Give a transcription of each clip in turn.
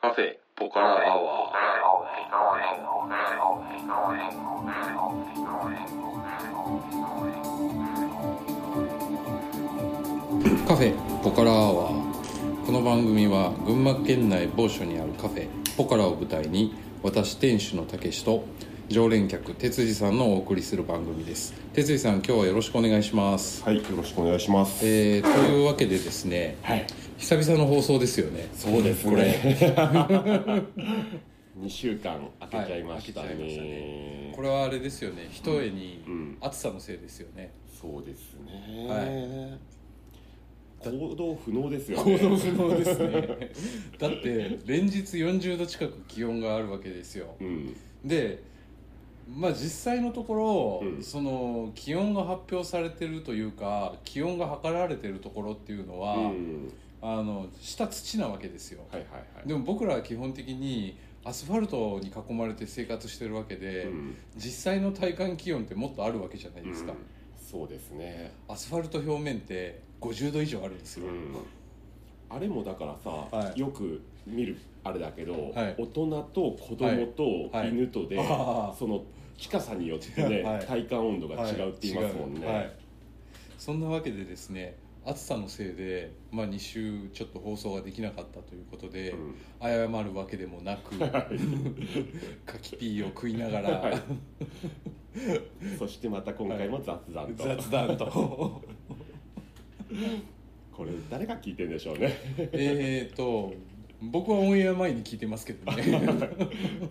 カフェポカラアワーカフェポカラアワーこの番組は群馬県内某所にあるカフェポカラを舞台に私店主のたけしと常連客哲司さんのお送りする番組です哲司さん今日はよろしくお願いしますはい、よろしくお願いします。えー、というわけでですね、はい、久々の放送ですよねそうですこれね。 二週間開けちゃいましたはい開けちゃいましたね。これはあれですよねひとえにうん暑さのせいですよね、そうですは ね。行動不能ですよ行動ね。不能ですね だって連日40度近く気温があるわけですようん、でまあ実際のところ、うんその気温が発表されてるというか気温が測られてるところっていうのは、うん、あの下土なわけですよ、はいはいはい。でも僕らは基本的にアスファルトに囲まれて生活してるわけで、うん実際の体感気温ってもっとあるわけじゃないですか、うんそうですね。アスファルト表面って50度以上あるんですうよ、ん。あれもだからさ、はいよく見るあれだけど、はい大人と子供とはいはい犬とで、あーその近さによってね、はい体感温度が違うって言いますもんね。はい違うはいそんなわけでですね暑さのせいで、まあ、2週ちょっと放送ができなかったということで、うん謝るわけでもなくカキピーを食いながら、はい そしてまた今回も雑談と、雑談とこれ誰が聞いてんでしょう ねえーと僕はオンエア前に聞いてますけど ね、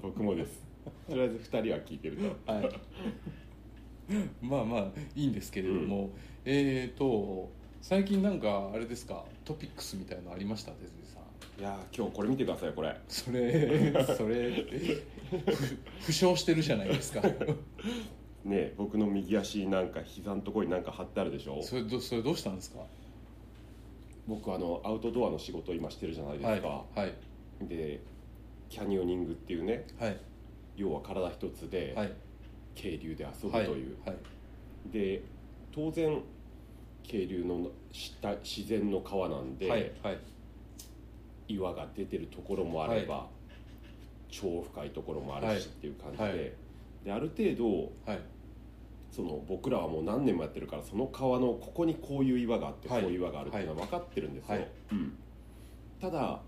僕もですとりあえず2人は聞いてるとはい、まあまあいいんですけれども、えーと最近なんかあれですかトピックスみたいのありました哲司さんいやー今日これ見てくださいよこれそ れそれふ負傷してるじゃないですかねえ僕の右足なんか膝のところになんか貼ってあるでしょそれどそれどうしたんですか僕あのアウトドアの仕事を今してるじゃないではいすか、はいでキャニオニングっていうねはい要は体一つではい渓流で遊ぶとはいいう、はいで当然渓流の下自然の川なんで、はいはい岩が出てるところもあれば、は超深いところもあはいるしっていう感じで,、はいである程度はいその僕らはもう何年もやってるからその川のここにこういう岩があって、はいこういう岩があるっていうのは分かってるんですよ、はいうんただ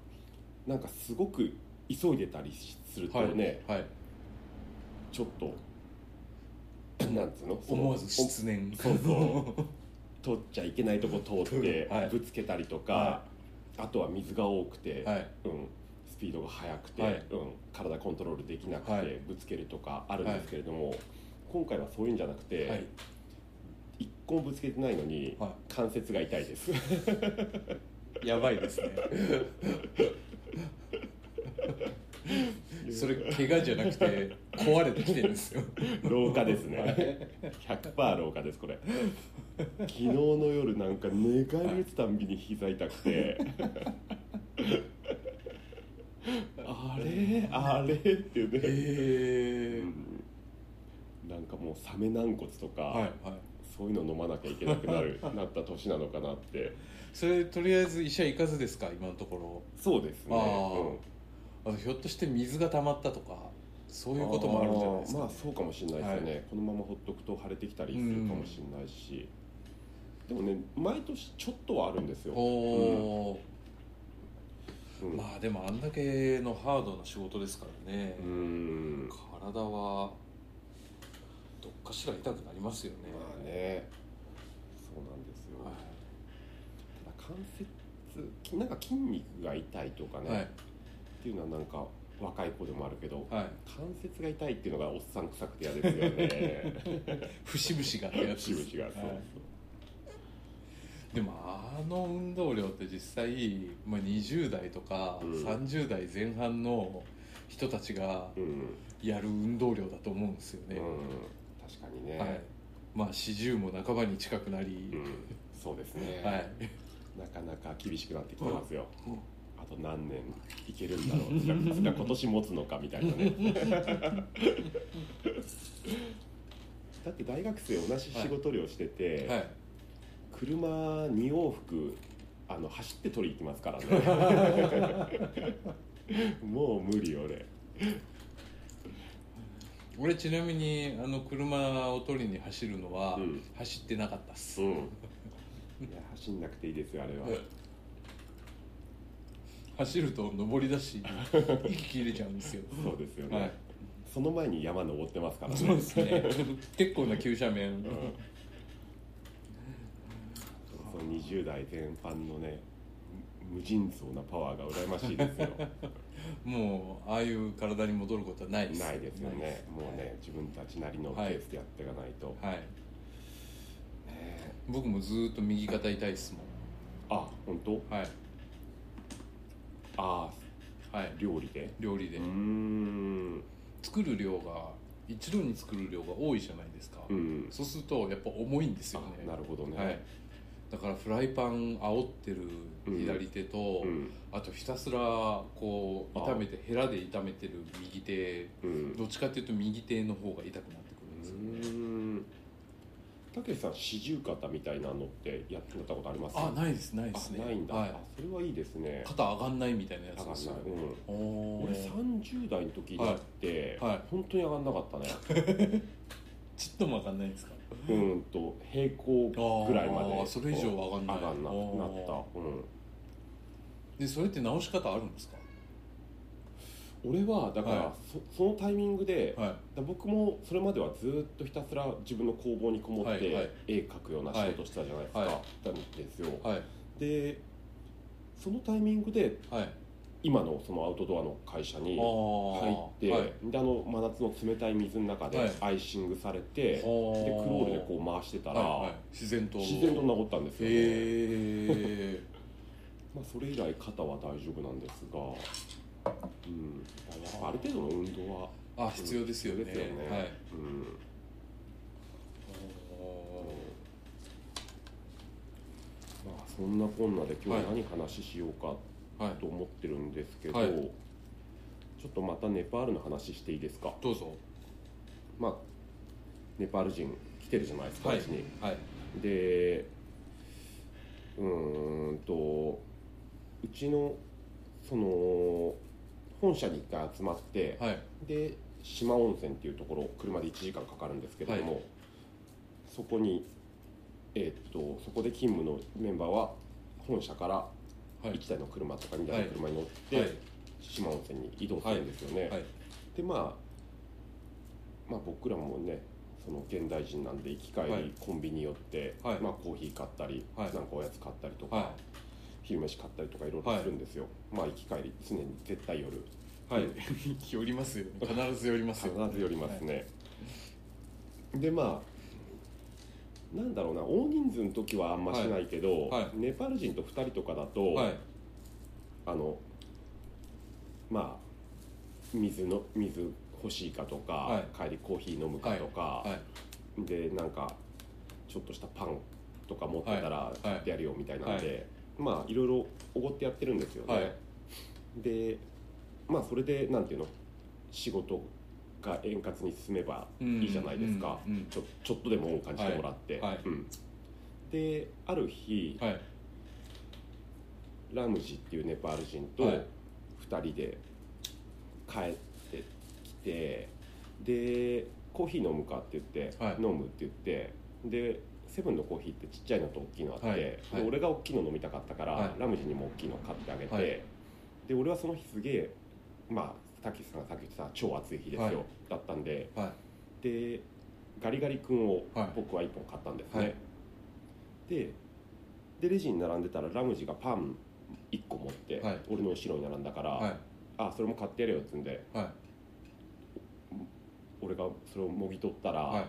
なんかすごく急いでたりするとね、はいちょっと なんつうのその思わず失念そうそ取っちゃいけないとこ通ってはいぶつけたりとか、はあとは水が多くて、 はいうん、スピードが速くて、はいうん、体コントロールできなくて、はいぶつけるとかあるんですけれども、今回はそういうんじゃなくて、はい一個もぶつけてないのに、は関節が痛いですいやばいですねそれ怪我じゃなくて壊れてきてるんですよ老化ですはねい100%老化ですこれ昨日の夜なんか寝返り打つたんびに膝痛くてあれあれってね、えうんなんかもうサメ軟骨とか、ー、はいはいそういうの飲まなきゃいけなくな るなった年なのかなってそれとりあえず医者行かずですか今のとこそうですねあーろあひょっとして水が溜まったとかそううんいうこともあるんじゃないですか、あーまあそうかもしれないですよね、このままほっとくと腫れてきたりするかもしれないし、でもね毎年ちょっとはあるんですよ、おーうんまあでもあんだけのハードな仕事ですからね、うん体はどっかしら痛くなりますよね,、まあねそうなんですよ、はただ関節きなんか筋肉が痛いとかね、い、はっいていうのはなんか若い子でもあるけどはい、関節が痛いっていうのがおっさん臭くて嫌 ですよね節々がってやつ節です々がそうそう、はいでもあの運動量って実際、まあ、20代とかうん30代前半の人たちがうん、やる運動量だと思うんですようんね、、確かにね、はい、まあ40も半ばに近くなり、うん、そうですね、はい、なかなか厳しくなってきてますよ、うんあと何年いけるんだろうってそれか今年持つのかみたいなねだって大学生同じ仕事量してて、はい、車2往復あの走って取り行きますからねもう無理俺俺ちなみにあの車を取りに走るのは、うん走ってなかったっす、うんいや走んなくていいですよあれは走ると上りだ し息切れちゃうんですよそうですよね、はいその前に山登ってますからねそうですね 結構な急斜面うんその20代全般のねむ無尽蔵なパワーが羨ましいですよ もうああいう体に戻ることはないですないですよなねもうね自分たちなりのペースでやっていかないと、はい僕もずーっと右肩痛いっすもんあ本当はいあはいあ料理で料理で、うーん作る量が一度に作る量が多いじゃないですか、うんそうするとやっぱ重いんですよねあなるほどね、はい、だからフライパン煽ってる左手と、うんあとひたすらこうあ炒めてヘラで炒めてる右手うんどっちかっていうと右手の方が痛くなってくるんですよね、うんたけしさん四十肩みたいなのってやってたことありますあいないですないですねあないんだ、はいあ、それはいいですね肩上がんないみたいなや上つでがんすなよい、ねうんお俺ー30代の時になって、はいはい本当に上がんな かったねちっとも上がんないんですかうーんと平行ぐらいまあでーそれ以上は上がんない上がんなあーなった、うん、でそれって直し方あるんですか俺はだから、はいそそのタイミングで、はいだ僕もそれまではずっとひたすら自分の工房にこもって、はいはい絵描くような仕事してたじゃないですか、はいしたんですよ、はいでそのタイミングではい今のそのアウトドアの会社に入って、はいであの真夏の冷たい水の中はいでアイシングされて、でクほーロールでこう回してたら、はいはい自然と自然と治ったんですよね、へえまあ、それ以来肩は大丈夫なんですが、うん、や っぱある程度の運動はあ必要ですよね必要ですよはねいうんまあ、そんなこんなで今日何話しようかはいと思ってるんですけど、はいちょっとまたネパールの話していいですか、どうぞまあ、ネパール人来てるじゃないですか、はいうちにはいでうーんとうちのその本社に一回集まって、はいで四万温泉っていうところ車で1時間かかるんですけれども、はそこにえーっとそこで勤務のメンバーは本社からはい1台の車とか2台の車に乗って、はい四万温泉に移動するんですよね、はいでまあまあ僕らもねその現代人なんで行き帰はいりコンビニ寄って、はいまあコーヒー買ったり、はいなんかおやつ買ったりとか、は昼飯買ったりとかいろいろするんですよ、まあ行き帰り常に絶対夜い はい寄りますよね 必ず寄ります必よず寄りますね、でまあなんだろうな大人数の時はあんましないけど、はいはいネパール人と2人とかだと、はいあのまあ水の水欲しいかとか、は帰りコーヒー飲むかとか、はいでなんかちょっとしたパンとか持ってたらい買ってやるよみたいなんで、まあいろいろおごってやってるんですよね、はいでまあそれでなんていうの仕事が円滑に進めばうんいいじゃないですか、うんうんちょちょっとでも恩感じてもらって、はいはいうんである日、はいラムジっていうネパール人とはい2人で帰ってきてでコーヒー飲むかって言って、はい飲むって言ってでセブンのコーヒーってちっちゃいのと大きいのあって、はいではい俺が大きいの飲みたかったから、はいラムジにも大きいの買ってあげて、はいで俺はその日すげえまあたけしさんがさっき言ってた超暑い日ですよ、はいだったんではでガリガリ君をはい僕は1本買ったんですね、はいででレジに並んでたらラムジがパン1個持って、はい俺の後ろに並んだから、いはいあそれも買ってやれよっつうんでは俺がそれをもぎ取ったら、いはい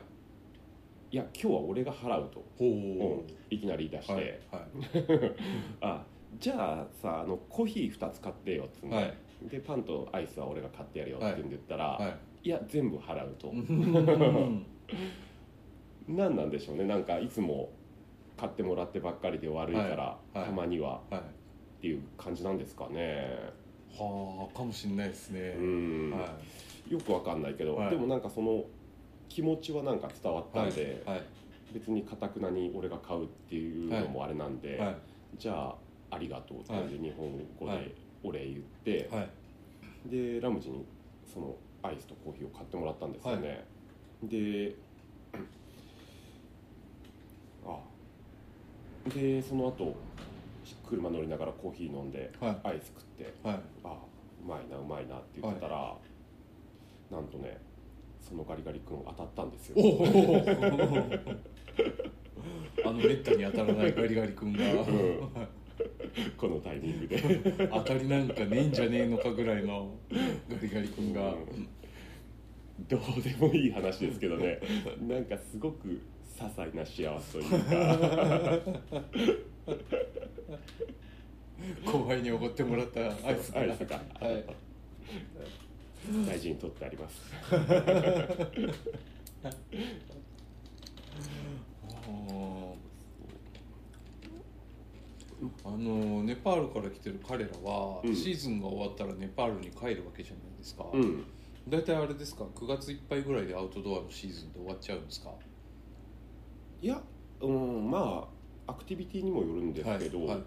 い、や今日は俺が払うと、ほうんういきなり言い出して、はいはあじゃあさあのコーヒー2つ買ってよっつうんいで,、はいでパンとアイスは俺が買ってやるよって言うんで言ったら、はいい、や全部払うと、うん何なんでしょうねなんかいつも買ってもらってばっかりで悪いから、いはいたまにははいっていう感じなんですかねはあかもしれないですねうん、はよくわかんないけど、はいでもなんかその気持ちはなんか伝わっいたんで、はい別にかたくなに俺が買うっていうのもあれなんで、はいじゃあありがとうっていう日本語はでいお礼言って、はいでラムジにそのアイスとコーヒーを買ってもらったんですよね、であでその後車乗りながらコーヒー飲んではいアイス食ってはいあうまいなうまいなって言ってたら、なんとねそのガリガリ君当たったんですよおお あのめったに当たらないガリガリ君がん このタイミングで 当たりなんかねえんじゃねえのかぐらいのガリガリ君が、うんどうでもいい話ですけど ねなんかすごく些細な幸せという か後輩におごってもらったアイスアがイスがはい大事に取ってありますあのネパールから来てる彼らは、うんシーズンが終わったらネパールに帰るわけじゃないですか、うん大体あれですか9月いっぱいぐらいでアウトドアのシーズンで終わっちゃうんですかいやうんまあアクティビティにもよるんですけど、はいはい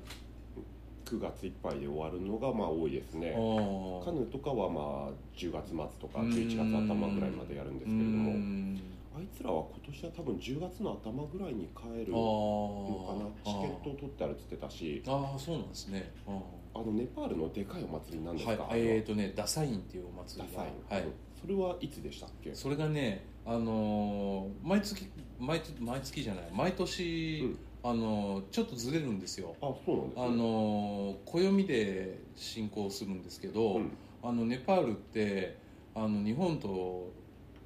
9月いっぱいで終わるのがまあ多いですあねーカヌーとかはまあ10月末とかうん11月頭ぐらいまでやるんですけれどうもんあいつらは今年は多分10月の頭ぐらいに帰るあのーかなチケットを取ってあるって言ってたしああそうなんですねあーあのネパールのでかいお祭りなんですか、はいえっ、ー、とねダサインっていうお祭ダりがサい、はい、それはいつでしたっけそれがね、あのー毎月毎毎月じゃない毎年、うんあのーちょっとずれるんですよ、あそうなんですねあのー暦で進行するんですけど、うんあのネパールってあの日本と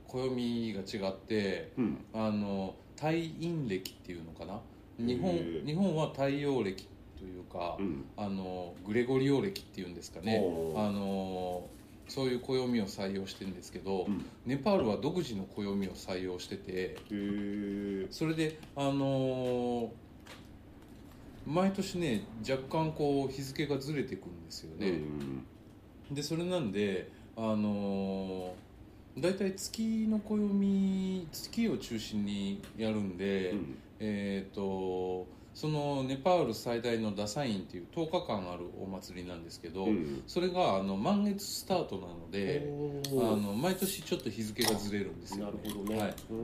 暦が違ってうんあの太陰暦っていうのかな日へ本ー日本は太陽暦というか、うんあのグレゴリオ暦っていうんですかねおーあのーそういう暦を採用してるんですけど、うんネパールは独自の暦を採用しててへーそれであのー毎年ね若干こう日付がずれていくんですようね、んでそれなんであのー大体月の暦月を中心にやるんで、うんえっ、とそのネパール最大のダサインっていう10日間あるお祭りなんですけど、うんそれがあの満月スタートなので、あおーの毎年ちょっと日付がずれるんですよ、なねる、ほどね、はいうー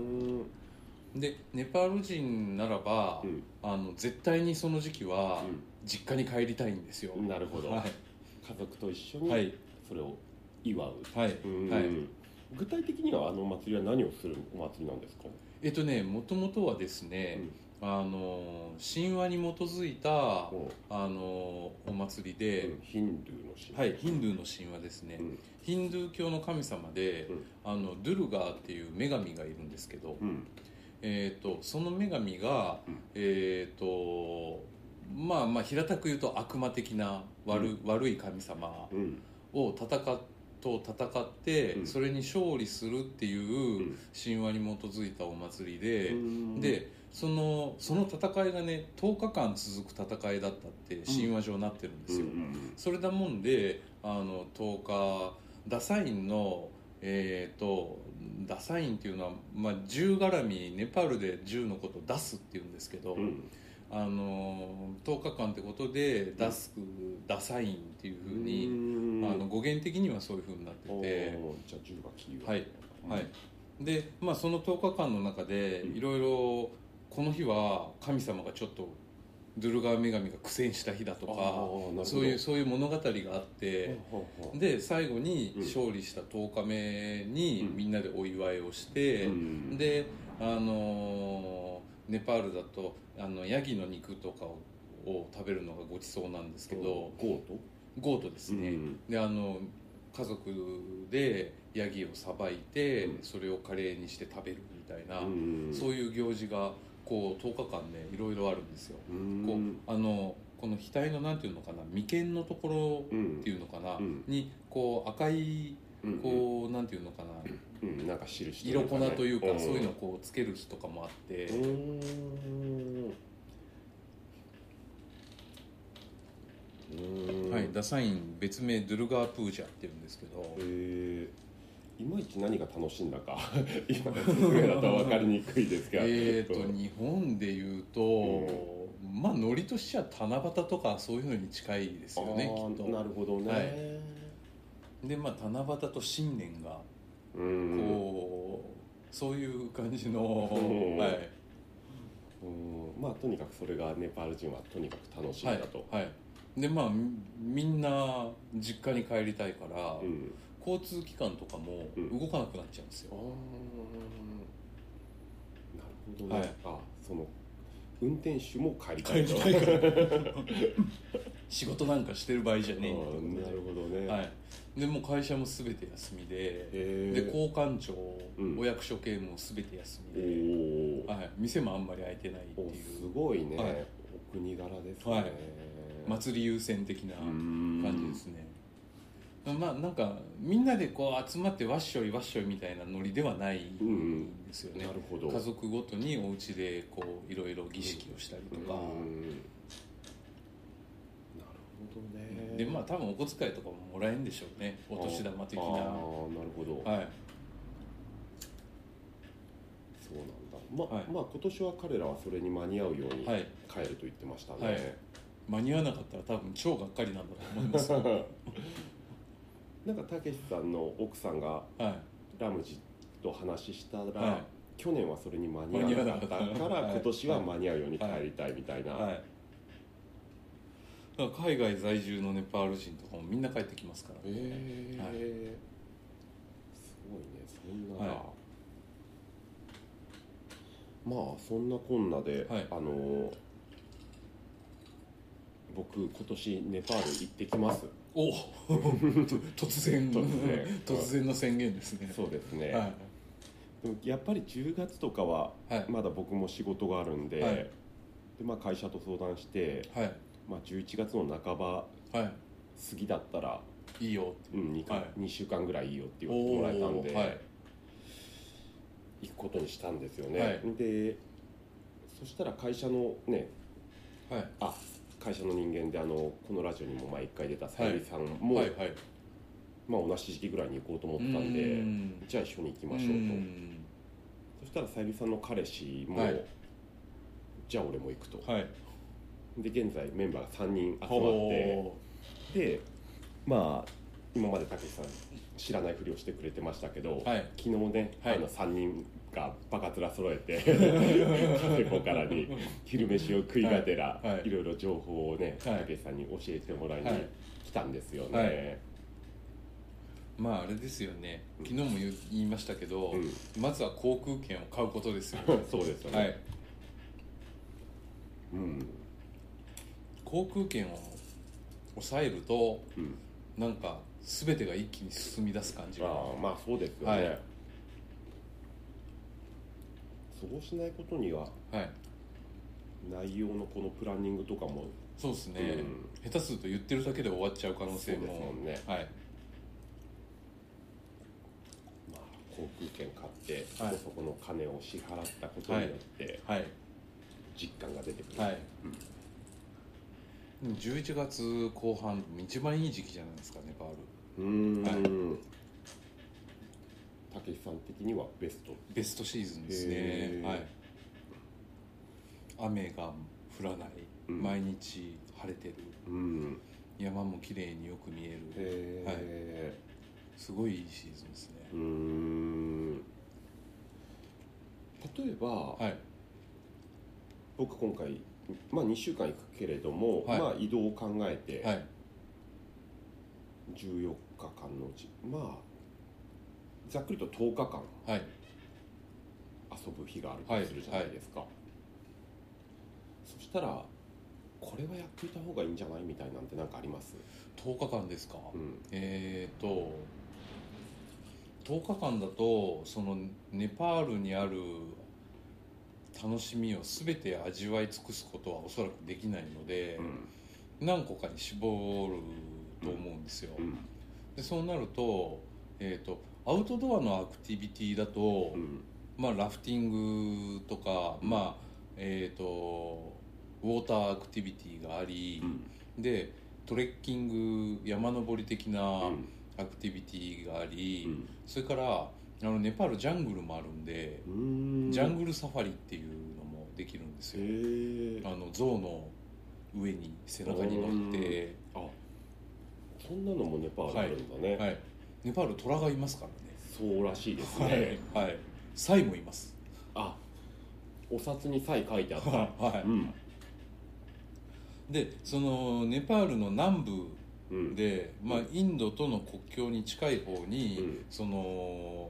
んでネパール人ならば、うんあの絶対にその時期はう実家に帰りたいんですよ、んなるほど、は家族と一緒いはにいそれを祝う、はい、うんはい具体的にはあのお祭りは何をするお祭りなんですか、えっとねもともとはですね、あの神話に基づいたうんあのお祭りで、うんヒンドゥーの神はい、ヒンドゥーの神話ですね、うんヒンドゥー教の神様で、うんあのドゥルガーっていう女神がいるんですけど、うんえー、とその女神が、うんえー、とまあまあ平たく言うと悪魔的な悪,、悪い神様うんを戦っと戦って、うんそれに勝利するってういうん神話に基づいたお祭りで、うんでそのその戦いがね10日間続く戦いだったって神話上なってるんでうんすよ、それだもんであの10日ダサインのえー、とダサインっていうのは、まあ、銃絡みネパールで銃のことを出すって言うんですけど、うんうんあの10日間ってことで出す、ダサインっていうふうに、うんあの語源的にはそういうふうになってて、おーじゃあ10がキーはいはい、で、まあ、その10日間の中でうんいろいろこの日は神様がちょっとドゥルガー女神が苦戦した日だとあーなるかほどそういうそういう物語があって。ほうほうほうで最後にうん勝利した10日目にうんみんなでお祝いをして、うんであのーネパールだとあのヤギの肉とかをを食べるのがごちそうなんですけど、ゴートゴートですね、うんであの家族でヤギをさばいて、うんそれをカレーにして食べるみたいな、うんそういう行事がこう10日間ねいろいろあるんですよ、うんこうあのこの額のなんていうのかな眉間のところうんっていうのかな、うんにこう赤いうんこうなんていうのかなうんなんか印色粉というかんそういうのをこうつける日とかもあってうーんうーんはいダサイン別名ドゥルガープージャっていうんですけどえーいまいち何が楽しいんだか 今の説明だと分かりにくいですがえーとうん日本でいうとまあノリとしては七夕とかそういうのに近いですよねあーきっとなるほどね、はでまあ七夕と新年がうんこうそういう感じの、うんはいうんまあとにかくそれがネパール人はとにかく楽しみはだいと、はいでまあみみんな実家に帰りたいから、うん交通機関とかもうん動かなくなっちゃうんですよ、あーなるほどね、あその運転手も 帰りたいと帰りたいから 仕事なんかしてる場合じゃねえんだといううんこなとるほどね、で、はい、でもう会社も全て休みで、えで交換庁、うんお役所系も全て休みおで、ーはい、店もあんまり開いてないっておいすうごいね、はいお国柄ですね、はい祭り優先的な感じですね、まあなんかみんなでこう集まってわっしょいわっしょいみたいなノリではないんですようんね、なるほど家族ごとにお家でこういろいろ儀式をしたりとか、うんなるほどねでまあ多分お小遣いとかももらえんでしょうねお年玉的なあーなるはほど、いそうなんだま,、はいまあ今年は彼らはそれに間に合うようにはい帰ると言ってましたね、はい間に合わなかったら多分超がっかりなんだと思います、はい、 なんかたけしさんの奥さんがラムジと話したら、はい去年はそれに間に合わなかった間に合かわなかったらはい今年は間に合うように帰りたいみたいな、はいだから海外在住のネパール人とかもみんな帰ってきますからね、えーはいすごいねそんな、はいまあそんなこんなで、はいあのー僕今年ネパール行ってきますお突然突突然然の宣言ですねそうですね、はでもやっぱり10月とかはいはいまだ僕も仕事があるんで,、はいでまあ、会社と相談して、はいまあ、11月の半ばは過ぎだったら、いいいようん、2, か、はい2週間ぐらいいいよって言おわれてもらえたんで、ーはい行くことにしたんですよね、はいでそしたら会社のねはいあ会社の人間であのこのラジオにも毎回出たさゆりさんも、はいはいまあ、同じ時期ぐらいに行こうと思ったんでうんじゃあ一緒に行きましょうとんそしたらさゆりさんの彼氏も、はいじゃあ俺も行くと、はいで現在メンバーが3人集まっておでまあ今までたけしさん知らないふりをしてくれてましたけど、ーはい昨日ね、はいあの3人がバカ面揃えてカフ ェポからに昼飯を食いがてら、はいいはいろいろ情報をねはい武井さんに教えてもらいにはい来たんですよね、はまああれですよね昨日も言う言いましたけど、うんまずは航空券を買うことですよ そうですよね、はいうん航空券を抑えるとうん、なんか全てが一気に進み出す感じまがあまあそうですよね、はいそうしないことにははい内容のこのプランニングとかもそうですね、うん下手すると言ってるだけで終わっちゃう可能性そうですももんねはいまあ、航空券買って、そはいこそこの金を支払ったことによってはい実感が出てくる、はい、でも11月後半一番いい時期じゃないですかネパールうーんたけしさん的にはベストベストシーズンですへねーはい雨が降らない、うん毎日晴れてるうん山も綺麗によく見えるえすごいいいシーズンですねーうーん例えば、はい僕今回、まあ、2週間行くけれども、はいまあ、移動を考えてはい14日間のうちまあざっくりと10日間はい遊ぶ日があるはといするじゃないですか、そしたらこれはやっていた方がいいんじゃないみたいなんてなんかあります、 10日間ですか、うんえーと10日間だとそのネパールにある楽しみを全て味わい尽くすことはおそらくできないので、うん何個かに絞ると思うんですよ、でそうなると,、えー、とアウトドアのアクティビティだと、うんまあ、ラフティングとか、まあえー、とウォーターアクティビティがあり、うんでトレッキング山登り的なうんアクティビティがあり、うんそれからあのネパールジャングルもあるんで、うーんジャングルサファリっていうのもできるんですよ、へえあの象の上に背中に乗って、あそんなのもネパールあるんだね、はい、ネパール虎がいますからそうらしいですねね、はいはいサイもい ますあお札にさえ書いてあったはうんいでそのネパールの南部うんで、まあ、インドとの国境に近い方に、うんその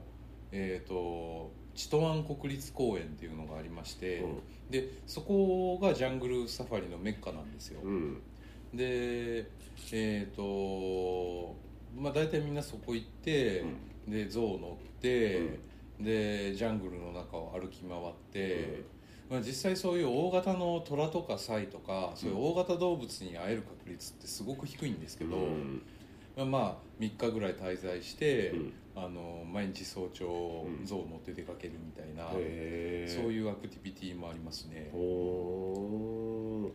えっ、とチトワン国立公園っていうのがありまして、でそこがジャングルサファリのメッカなんですよ、うんでえっ、とまあ大体みんなそこ行って、で象乗って、でジャングルの中を歩き回って、まあ、実際そういう大型の虎とかサイとかそういう大型動物に会える確率ってすごく低いんですけうんど、うんまあ、まあ3日ぐらい滞在して、うんあの毎日早朝うん象を乗って出かけるみたいな、へそうういうアクティビティもありますねお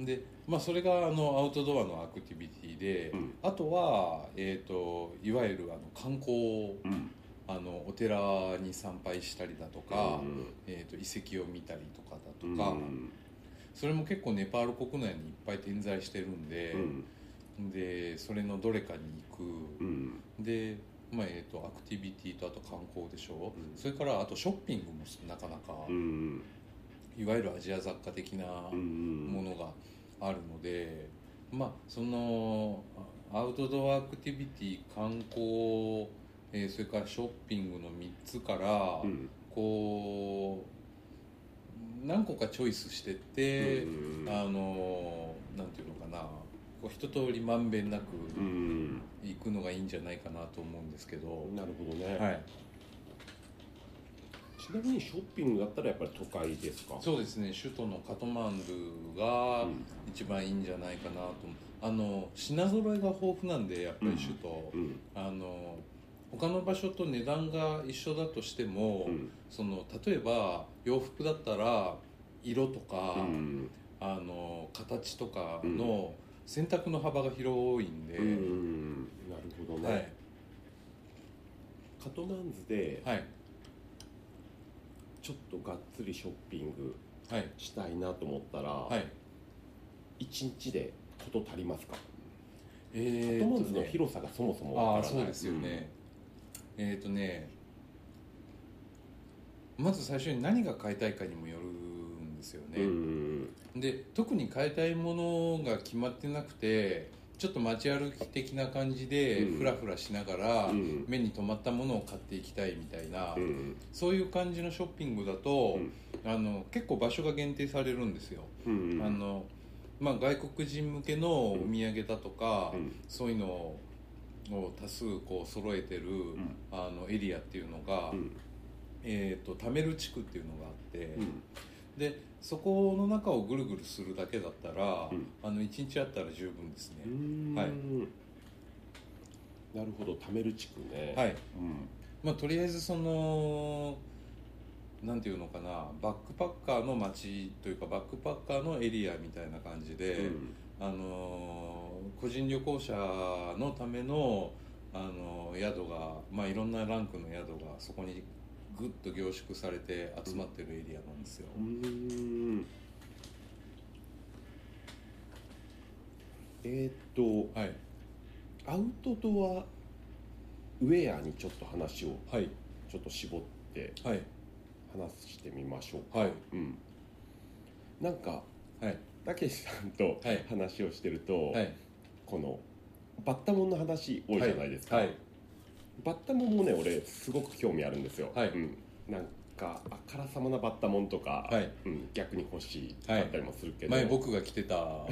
ーで、まあ、それがあのアウトドアのアクティビティで、うんあとは、えー、といわゆるあの観光うんあのお寺に参拝したりだとか、うんえー、と遺跡を見たりとかだうんとか、それも結構ネパール国内にいっぱい点在してるんでう、んでそれのどれかに行く、うんで、まあえー、とアクティビティとあと観光でしょ、うんそれからあとショッピングもなかなか、うんいわゆるアジア雑貨的なうんものがあるので、まあそのアウトドアアクティビティ観光、えーそれからショッピングの3つから、うんこう何個かチョイスしてって、うんあのなんていうのかなこう一通りまんべんなくうん行くのがいいんじゃないかなと思うんですけど、なるほどね、はい、ちなみにショッピングだったらやっぱり都会ですかそうですね首都のカトマンドゥがうん一番いいんじゃないかなと思うあの品揃えが豊富なんでやっぱり首都、うんあの他の場所と値段が一緒だとしても、うんその例えば洋服だったら色とか、うんあの形とかの選択の幅が広いんで、うんなるほどね、はい、カトマンズではいちょっとがっつりショッピングはいしたいなと思ったら、はい一日でこと足りますか、えカトーマとンズのね広さがそもそもあわあからそないうですよね、えっ、とねまず最初に何が買いたいかにもよるんですようん、うね、んで特に買いたいものが決まってなくてちょっと街歩き的な感じでうんフラフラしながら、うん目に留まったものを買っていきたいみたいな、うんそういう感じのショッピングだと、うんあの結構場所が限定されるんですよ、うんあのまあ、外国人向けのお土産だとか、うんそういうのを多数こう揃えてる、んあのエリアっていうのが、うんえー、とタメル地区っていうのがあって、うんでそこの中をぐるぐるするだけだったら、うんあの1日あったら十分ですねう、んはいなるほど貯める地区ねはい、うんまあ、とりあえずそのなんていうのかなバックパッカーの街というかバックパッカーのエリアみたいな感じで、うんあのー個人旅行者のための、あのー宿が、まあ、いろんなランクの宿がそこにぐっと凝縮されて集まってるエリアなんですよ、うんえーっとはいアウトドアウェアにちょっと話をはいちょっと絞ってはい話してみましょうはいうんなんかはいたけしさんとはい話をしてると、はいこのバッタモンの話多いじゃないですか、はいバッタモンもね俺すごく興味あるんですよ、はいうん、なんかあからさまなバッタモンとか、はいうん、逆に欲しいだったりもするけど、前僕が着てた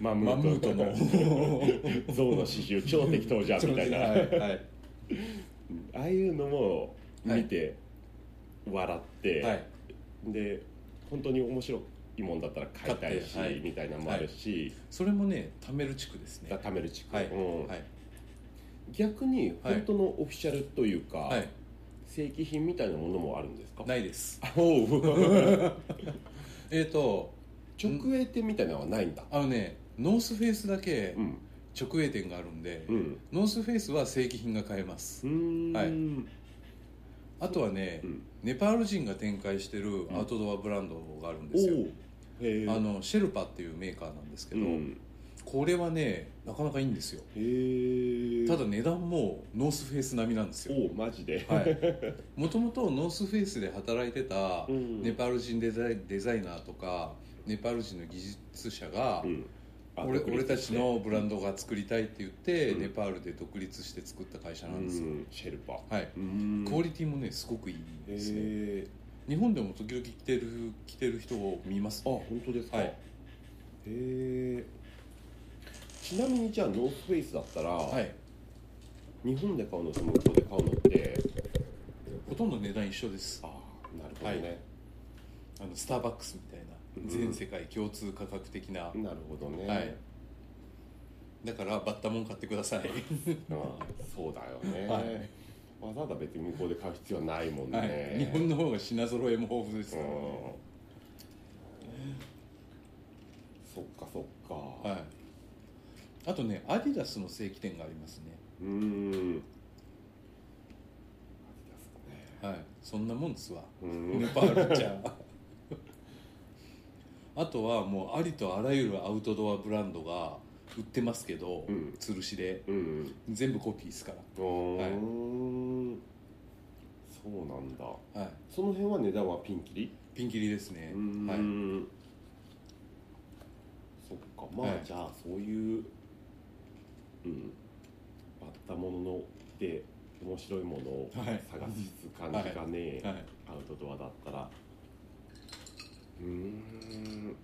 マムマムーートトの 象の刺繍超適当じゃんみたいな、ははいああいうのも見て、笑って、はいで本当に面白いもんだったら買いたいし、買ってはいみたいなのもあるし、それもね貯める地区ですねだ貯める地区、はいうんはい逆にはい本当のオフィシャルというか、はい正規品みたいなものもあるんですかないですあ お うえっ、と直営店みたいなのはないんだあのねノースフェイスだけうん直営店があるんで、うんノースフェイスは正規品が買えますうーんはいうんあとはね、ネパール人が展開してるアウトドアブランドがあるんおですよ、おへえあのシェルパっていうメーカーなんですけうど、んこれはねなかなかいいんですよへえただ値段もノースフェイス並みなんですよおおマジで、 はい、もともとノースフェイスで働いてたうんネパール人デザイデザイナーとかネパール人の技術者が、うんあ俺独立俺たちのブランしドが作りたいって言って、うんネパールで独立して作った会社てなんですよ、うんシェルパはい、うんクオリティもねすごくいいですねへえ日本でも時々着てる着てる人を見ます、あ本当ですか、はいへえちなみにじゃあノースフェイスだったら、はい日本で買うのと向こうで買うのってほとんど値段一緒ですああなるほどね、あのスターバックスみたいなうん全世界共通価格的な、なるほどね、はいだからバッタモン買ってくださいああそうだよね、はいわざわざ別に向こうで買う必要はないもんね、はい、日本の方が品揃えも豊富ですからね、そっかそっか、はい、あとねアディダスの正規店がありますね、うーんはい、そんなもんですわうーネんパールじゃあとはもうありとあらゆるアウトドアブランドが売ってますけど、うん吊るしでうん全部コピーですかうーん、そうなんだら、はい、その辺は値段はピンキリピンキリですうねー、ん、はい、そっかまあ、はいじゃあそういううんバッタものので面白いものをはい探しつつ感じがね、はい、アウトドアだったらうーん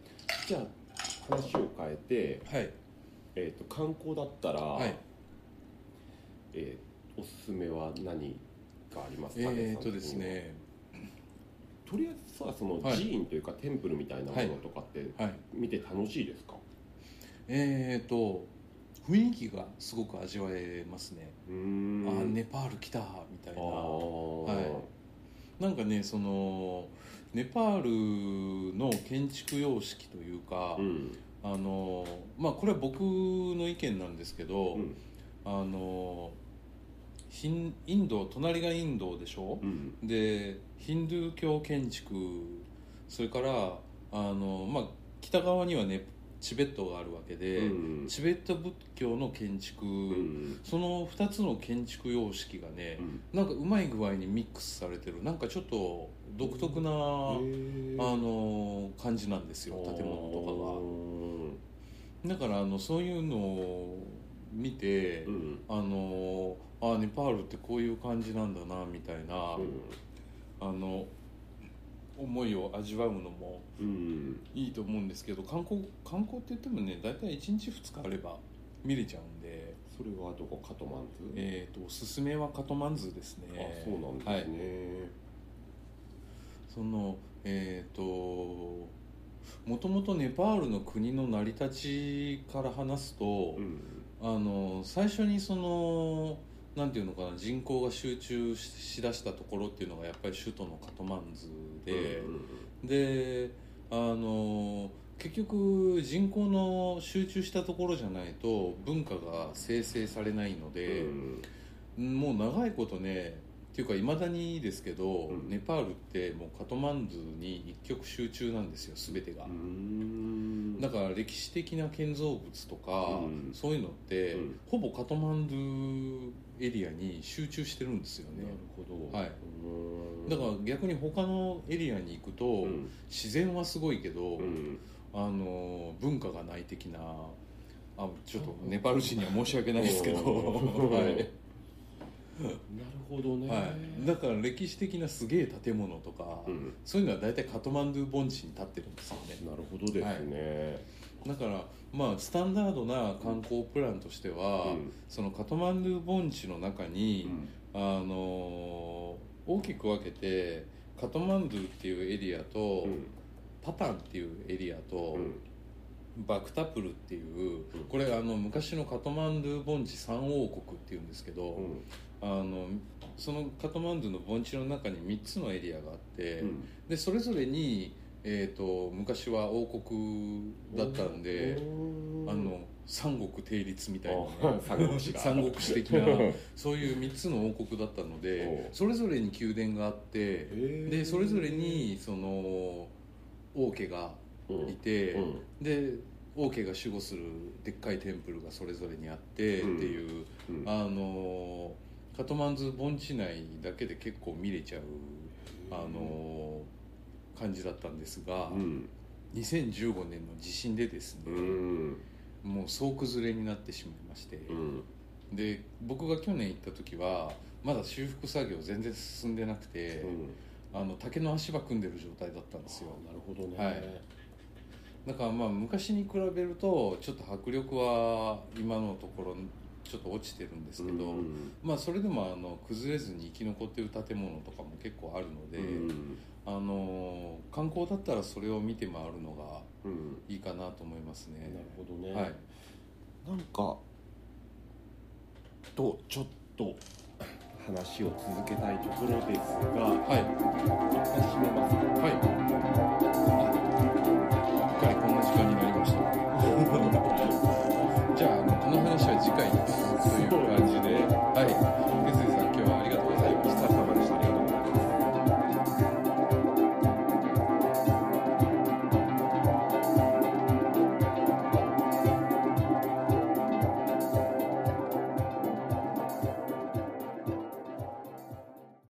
じゃあ話を変えて、はいえー、と観光だったら、はいえーおすすめは何がありますかえー、っとですねとりあえずさそのはい寺院というか、テンプルみたいなものとかってはい見て楽しいですか、えー、っと雰囲気がすごく味わえますね、うーんあーネパール来たみたいあーななんかねそのネパールの建築様式というか、うんあのまあこれは僕の意見なんですけど、うんあのヒンインド隣がインドでしょう、んでヒンドゥー教建築それからあの、まあ、北側にはねチベットがあるわけで、うんチベット仏教の建築、うんその2つの建築様式がね、なんかうまい具合にミックスされてるなんかちょっと独特な、へーあの感じなんですよ建物とかがだからあのそういうのを見て、あーうあんのあネパールってこういう感じなんだなみたいな、あの思いを味わうのもうんいいと思うんですけど観光観光って言ってもね大体1日2日あれば見れちゃうんで、それはどこカトマンズ、えー、とおすすめはカトマンズですねあそうなんはいですね、そのえっ、ともともとネパールの国の成り立ちから話すと、うんあの最初にそのなんていうのかな人口が集中ししだしたところっていうのがやっぱり首都のカトマンズで、であの結局人口の集中したところじゃないと文化が生成されないのうんで、もう長いことねっていうかいまだにですけど、うんネパールってもうカトマンズに一極集中なんですよ全てが、うんだから歴史的な建造物とか、うんそういうのって、うんほぼカトマンズエリアに集中してるんですよねなるほどはいうんだから逆に他のエリアに行くと、うん自然はすごいけど、うんあの文化がない的なあちょっとネパール人には申し訳ないですけど、う んはいなるほどね、はい、だから歴史的なすげえ建物とか、うんそういうのは大体カトマンドゥ盆地に立ってるんですよねなるほどですね、だからまあスタンダードな観光プランとしては、うんそのカトマンドゥ盆地の中に、あのー大きく分けてカトマンドゥっていうエリアと、うんパタンっていうエリアと、うんバクタプルっていううんこれあの昔のカトマンドゥ盆地三王国っていうんですけど、うんあのそのカトマンドゥの盆地の中に3つのエリアがあって、うんでそれぞれに、えー、と昔は王国だったんで、うんあの三国定立みたいあな、はい三国志が三国志的なそういう3つの王国だったのでおうそれぞれに宮殿があってででそれぞれにその王家がいて、うんで王家が守護するでっかいテンプルがそれぞれにあってってうんいう、うんあのーカトマンズ盆地内だけで結構見れちゃう、あのー感じだったんですが、うん2015年の地震でですね、うんもう総崩れになってしまいまして、うんで僕が去年行った時はまだ修復作業全然進んでなくて、うんあの竹の足場組んでる状態だったんですよなるほどね、はいだからまあ昔に比べるとちょっと迫力は今のところちょっと落ちてるんですけど、うんまあそれでもあの崩れずに生き残ってる建物とかも結構あるので、うんあのー観光だったらそれを見て回るのがうんいいかなと思いますね。なるほどね、はい、なんかとちょっと話を続けたいところですがはい閉めますはい。あ、うっかりこんな時間になりました。じゃあ、あのこの話は次回にという感じで、はい。